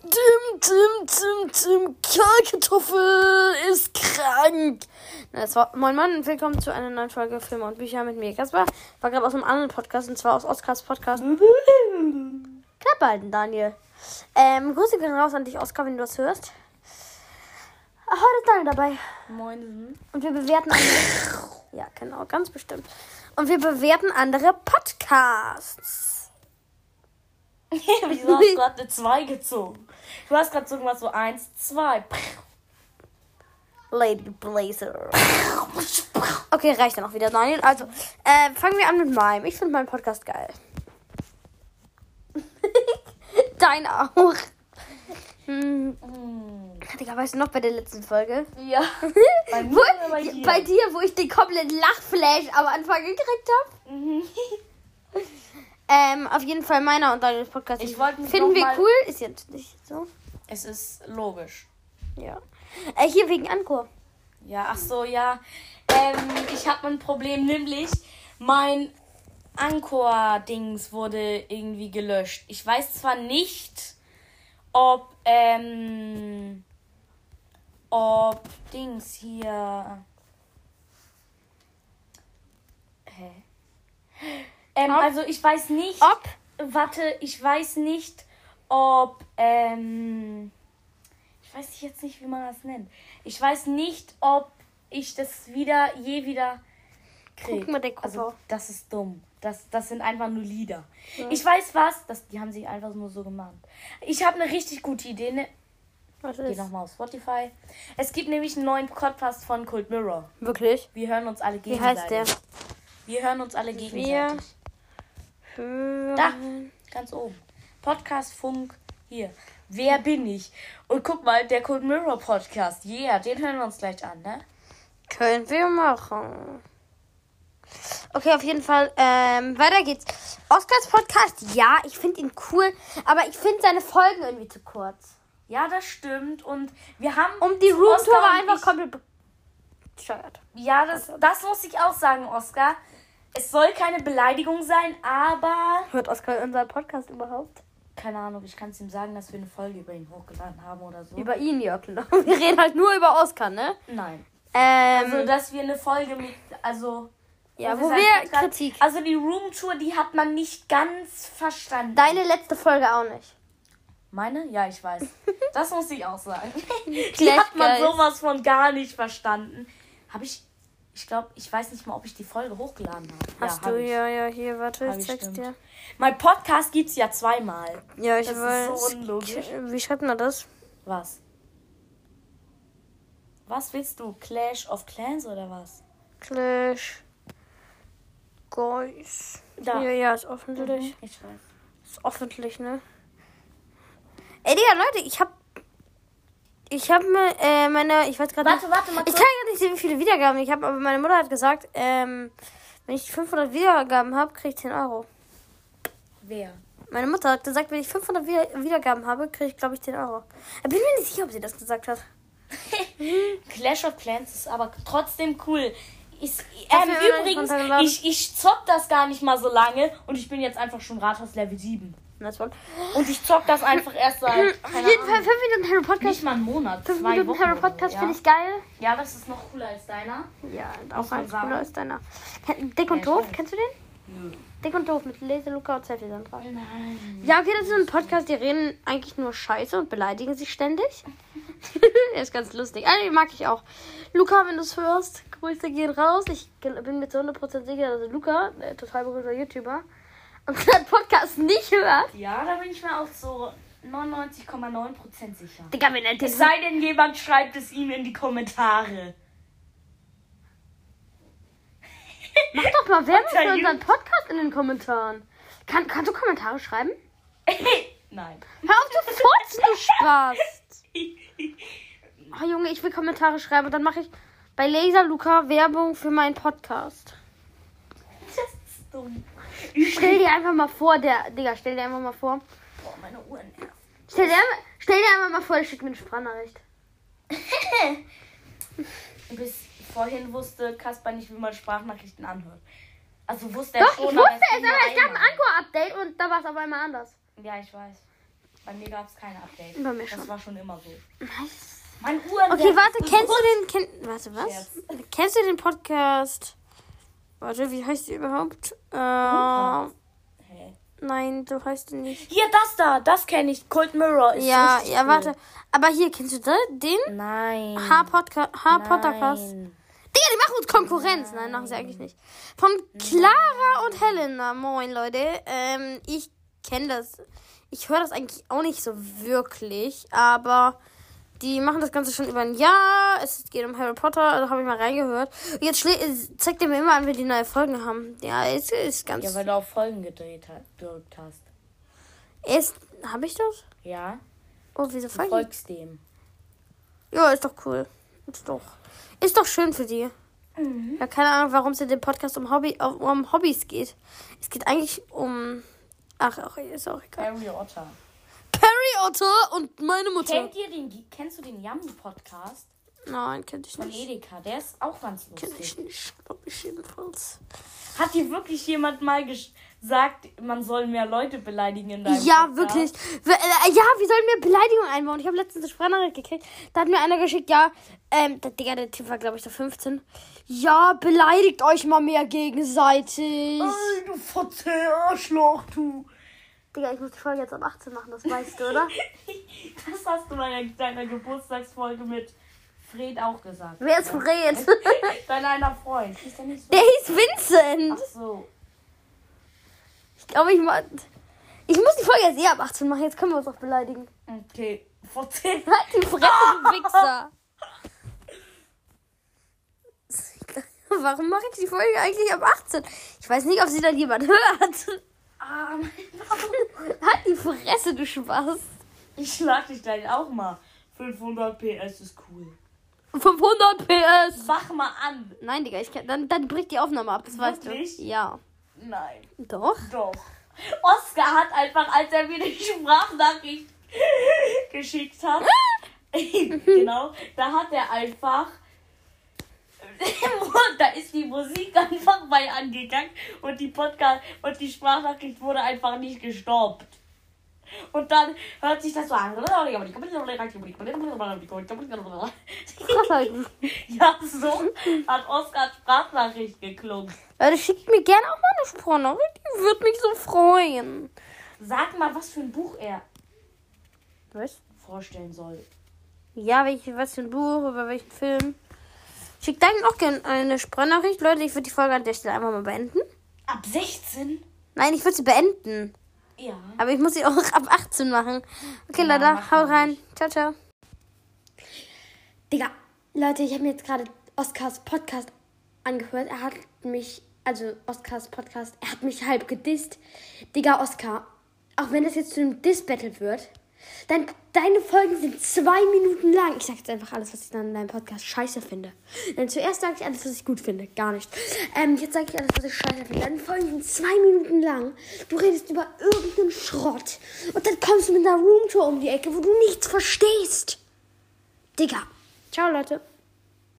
Tim, Tim, Tim, Tim, Kartoffel ist krank. Na, das war mein Mann und willkommen zu einer neuen Folge Filme und Bücher mit mir. Kaspar war gerade aus einem anderen Podcast und zwar aus Oskars Podcast. Knapp halten, Daniel. Ähm, Grüße gehen raus an dich, Oskar, wenn du das hörst. Ah, Heute ist Daniel dabei. Moin. Und wir bewerten andere. ja, genau, ganz bestimmt. Und wir bewerten andere Podcasts. Wieso hast du gerade eine 2 gezogen? Du hast gerade so irgendwas so 1, 2. Lady Blazer. Okay, reicht dann auch wieder, Daniel. Also, äh, fangen wir an mit meinem. Ich finde meinen Podcast geil. Dein auch. Hm, Digga, weißt du noch bei der letzten Folge? Ja. Bei mir Wo, oder bei dir? bei dir, wo ich den kompletten Lachflash am Anfang gekriegt habe? Ähm, auf jeden Fall meiner und Daniels Podcast. Ich wollte mich Finden noch wir mal- cool? Ist jetzt nicht so. Es ist logisch. Ja. Äh, hier wegen Ankur. Ja, ach so, ja. Ähm, ich habe ein Problem, nämlich mein Anchor-Dings wurde irgendwie gelöscht. Ich weiß zwar nicht, ob, ähm, ob Dings hier. Hä? Ähm, Ob- also ich weiß nicht. Ob? Warte, ich weiß nicht, ob. Ähm, ich weiß jetzt nicht, wie man das nennt. Ich weiß nicht, ob ich das wieder, je wieder krieg. Guck mal, der Kopf also, auf. das ist dumm. Das, das sind einfach nur Lieder. Ich weiß was, das, die haben sich einfach nur so gemacht. Ich habe eine richtig gute Idee. Ne? Was Geh nochmal auf Spotify. Es gibt nämlich einen neuen Podcast von Cold Mirror. Wirklich? Wir hören uns alle Wie gegenseitig. heißt der? Wir hören uns alle gegenseitig. Da, ganz oben. Podcast Funk hier. Wer bin ich? Und guck mal, der Cold Mirror Podcast. Yeah, den hören wir uns gleich an, ne? Können wir machen. Okay, auf jeden Fall. Ähm, weiter geht's. Oscars Podcast, ja, ich finde ihn cool, aber ich finde seine Folgen irgendwie zu kurz. Ja, das stimmt. Und wir haben. Um die Oscar Roomtour und einfach ich- komplett bescheuert. Ja, das, das muss ich auch sagen, Oscar. Es soll keine Beleidigung sein, aber. Hört Oscar unseren Podcast überhaupt? Keine Ahnung, ich kann es ihm sagen, dass wir eine Folge über ihn hochgeladen haben oder so. Über ihn, ja, klar. Wir reden halt nur über Oscar, ne? Nein. Ähm, Also, dass wir eine Folge mit. Also. ja, wir wo sagen, wir Podcast- Kritik. Also, die Roomtour, die hat man nicht ganz verstanden. Deine letzte Folge auch nicht. Meine? Ja, ich weiß. Das muss ich auch sagen. Die Gleich hat man geil. sowas von gar nicht verstanden. Habe ich. Ich glaube, ich weiß nicht mal, ob ich die Folge hochgeladen habe. Hast ja, hab du, ich. ja, ja, hier, warte, Hab ich ich, zeig's stimmt. dir. Mein Podcast gibt's ja zweimal. Ja, ich Das ist weiß. so unlogisch. Wie schreibt man das? Was? Was willst du? Clash of Clans oder was? Clash. Guys. Da. Ja, ja, ist offentlich. Ich weiß. Ist offentlich, ne? Ey, Digga, Leute, ich hab. Ich hab mir, äh, meine. Ich weiß gerade Warte, nicht. warte, mal Ich kurz. kann gar nicht sehen, wie viele Wiedergaben ich habe, aber meine Mutter hat gesagt, ähm, wenn ich 500 Wiedergaben habe, krieg ich 10 Euro. Wer? Meine Mutter hat gesagt, wenn ich 500 Wieder- Wiedergaben habe, krieg ich, glaube ich, 10 Euro. Ich bin mir nicht sicher, ob sie das gesagt hat. Clash of Clans ist aber trotzdem cool. Ist, Hast du ähm, mir noch nicht übrigens, runtergeladen? ich, ich zock das gar nicht mal so lange und ich bin jetzt einfach schon Rathaus Level 7. Das war. Und ich zock das einfach erst seit, Auf keine Hm, jeden Fall Ahnung, 5 Minuten Harry Podcast. nicht mal einen Monat, 5 zwei Minuten Wochen. Harry oder so, Podcast ja. finde ich geil. ja, das ist noch cooler als deiner. Ja, und auch man ein sagen. cooler ist deiner. Ken- Dick und Ja, doof, schön. kennst du den? Dick und doof mit Lese, Luca und Steffi sind dran. Nein. Ja, okay, das ist ein Podcast, die reden eigentlich nur Scheiße und beleidigen sich ständig. er ist ganz lustig. Also, den mag ich auch. Luca, wenn du es hörst, Grüße gehen raus. Ich gel- bin mir zu 100% sicher, dass Luca, äh, total berühmter YouTuber, unseren Podcast nicht hört. Ja, da bin ich mir auch so 99,9% sicher. Digga, wenn er den Es sei denn, jemand schreibt es ihm in die Kommentare. Mach doch mal Werbung Unter für unseren Podcast in den Kommentaren. Kann, kannst du Kommentare schreiben? Nein. Hör auf, du furzt, du Spaß. Oh, Junge, ich will Kommentare schreiben und dann mache ich bei Laser Luca Werbung für meinen Podcast. Das ist dumm. Stell dir einfach mal vor, der, Digga, stell dir einfach mal vor. Boah, meine Uhren. Stell dir, einfach- stell dir einfach mal vor, der schickt mir eine Sprachnachricht. Bis vorhin wusste Kasper nicht, wie man Sprachnachrichten anhört. Also wusste er Doch, schon. ich wusste ging es, nur aber es gab ein einmal. Anchor-Update und da war es auf einmal anders. Ja, ich weiß. Bei mir gab es keine Updates. Bei mir Das schon. war schon immer so. Nice. Mein Uhren. Okay, warte, kennst du den. Kenn, warte, was? Scherz. Kennst du den Podcast? Warte, wie heißt die überhaupt? Ähm, Podcast. Hey. nein, du heißt die nicht. Hier, das da, das kenne ich. Cold Mirror ist Ja, richtig ja, cool. warte. Aber hier, kennst du da, den? Nein. H-Podcast. H-Podcast. Nein. Digga, die machen uns Konkurrenz. Nein, machen sie eigentlich nicht. Von Clara und Helena. Moin, Leute. Ähm, ich kenne das. Ich höre das eigentlich auch nicht so wirklich, aber die machen das Ganze schon über ein Jahr. Es geht um Harry Potter, also habe ich mal reingehört. Und jetzt schlä- zeigt er mir immer an, wenn die neue Folgen haben. Ja, es ist ganz. Ja, weil du auf Folgen gedreht ha- gedrückt hast. ist, habe ich das? Ja. Oh, wieso Du Folgen? folgst dem. Ja, ist doch cool. Ist doch. Ist doch schön für die. Mhm. Ja, keine Ahnung, warum es in dem Podcast um, Hobby, um, um Hobbys geht. Es geht eigentlich um. Ach, ach ist auch egal. Harry Otter. Perry Otter und meine Mutter. Kennt ihr den, kennst du den Yummy-Podcast Nein, kennt ich von nicht. Edeka? Der ist auch ganz Kenn lustig. ich nicht, glaube ich jedenfalls. Hat dir wirklich jemand mal ges- gesagt, man soll mehr Leute beleidigen in deinem Ja, Podcast? wirklich. Wir, äh, ja, wir sollen mir Beleidigungen einbauen. Ich habe letztens eine Sprachnachricht gekriegt. Da hat mir einer geschickt, ja, ähm, der Digga, der Typ war, glaube ich, da 15. Ja, beleidigt euch mal mehr gegenseitig. Ey, du fotze Arschloch, du. Digga, ich muss die Folge jetzt ab 18 machen, das weißt du, oder? Das hast du bei deiner Geburtstagsfolge mit Fred auch gesagt. Wer ist Fred? Dein einer Freund. Ist der nicht so? Der hieß Vincent. Ach so. Ich glaube, ich mach... Ich muss die Folge jetzt eh ab 18 machen, jetzt können wir uns auch beleidigen. Okay. Fotze. Halt die Fresse, du Wichser. Warum mache ich die Folge eigentlich ab 18? Ich weiß nicht, ob sie da jemand hört. Ah, Halt die Fresse, du Spaß. ich schlag dich gleich auch mal. 500 PS ist cool. 500 PS. Wach mal an. Nein, Digga, ich kann, dann, dann bricht die Aufnahme ab, das weißt Wirklich? du. Ja. Nein. Doch. Doch. Oscar hat einfach, als er mir die Sprachnachricht geschickt hat, genau, da hat er einfach. da ist die Musik einfach bei angegangen und die Podcast und die Sprachnachricht wurde einfach nicht gestoppt. Und dann hört sich das so an. Ja, so hat Oscars Sprachnachricht geklungen. Leute, Äh, schickt mir gerne auch mal eine Sprachnachricht. Die würde mich so freuen. Sag mal, was für ein Buch er Was? vorstellen soll. Ja, welche, was für ein Buch, über welchen Film. Schickt dann auch gerne eine Sprachnachricht. Leute, ich würde die Folge an der Stelle einfach mal beenden. Ab 16? Nein, ich würde sie beenden. Ja. Aber ich muss sie auch ab 18 machen. Okay, Ja, Leute, Genau, mach hau mal rein. Ciao, ciao. Digga, Leute, ich habe mir jetzt gerade Oscars Podcast angehört. Er hat mich, also Oscars Podcast, er hat mich halb gedisst. Digga, Oscar, auch wenn das jetzt zu einem Diss-Battle wird, dein, deine Folgen sind zwei Minuten lang. Ich sag jetzt einfach alles, was ich an deinem Podcast scheiße finde. Denn zuerst sage ich alles, was ich gut finde. Gar nicht. Ähm, jetzt sage ich alles, was ich scheiße finde. Deine Folgen sind zwei Minuten lang. Du redest über irgendeinen Schrott. Und dann kommst du mit einer Roomtour um die Ecke, wo du nichts verstehst. Digga. Ciao, Leute.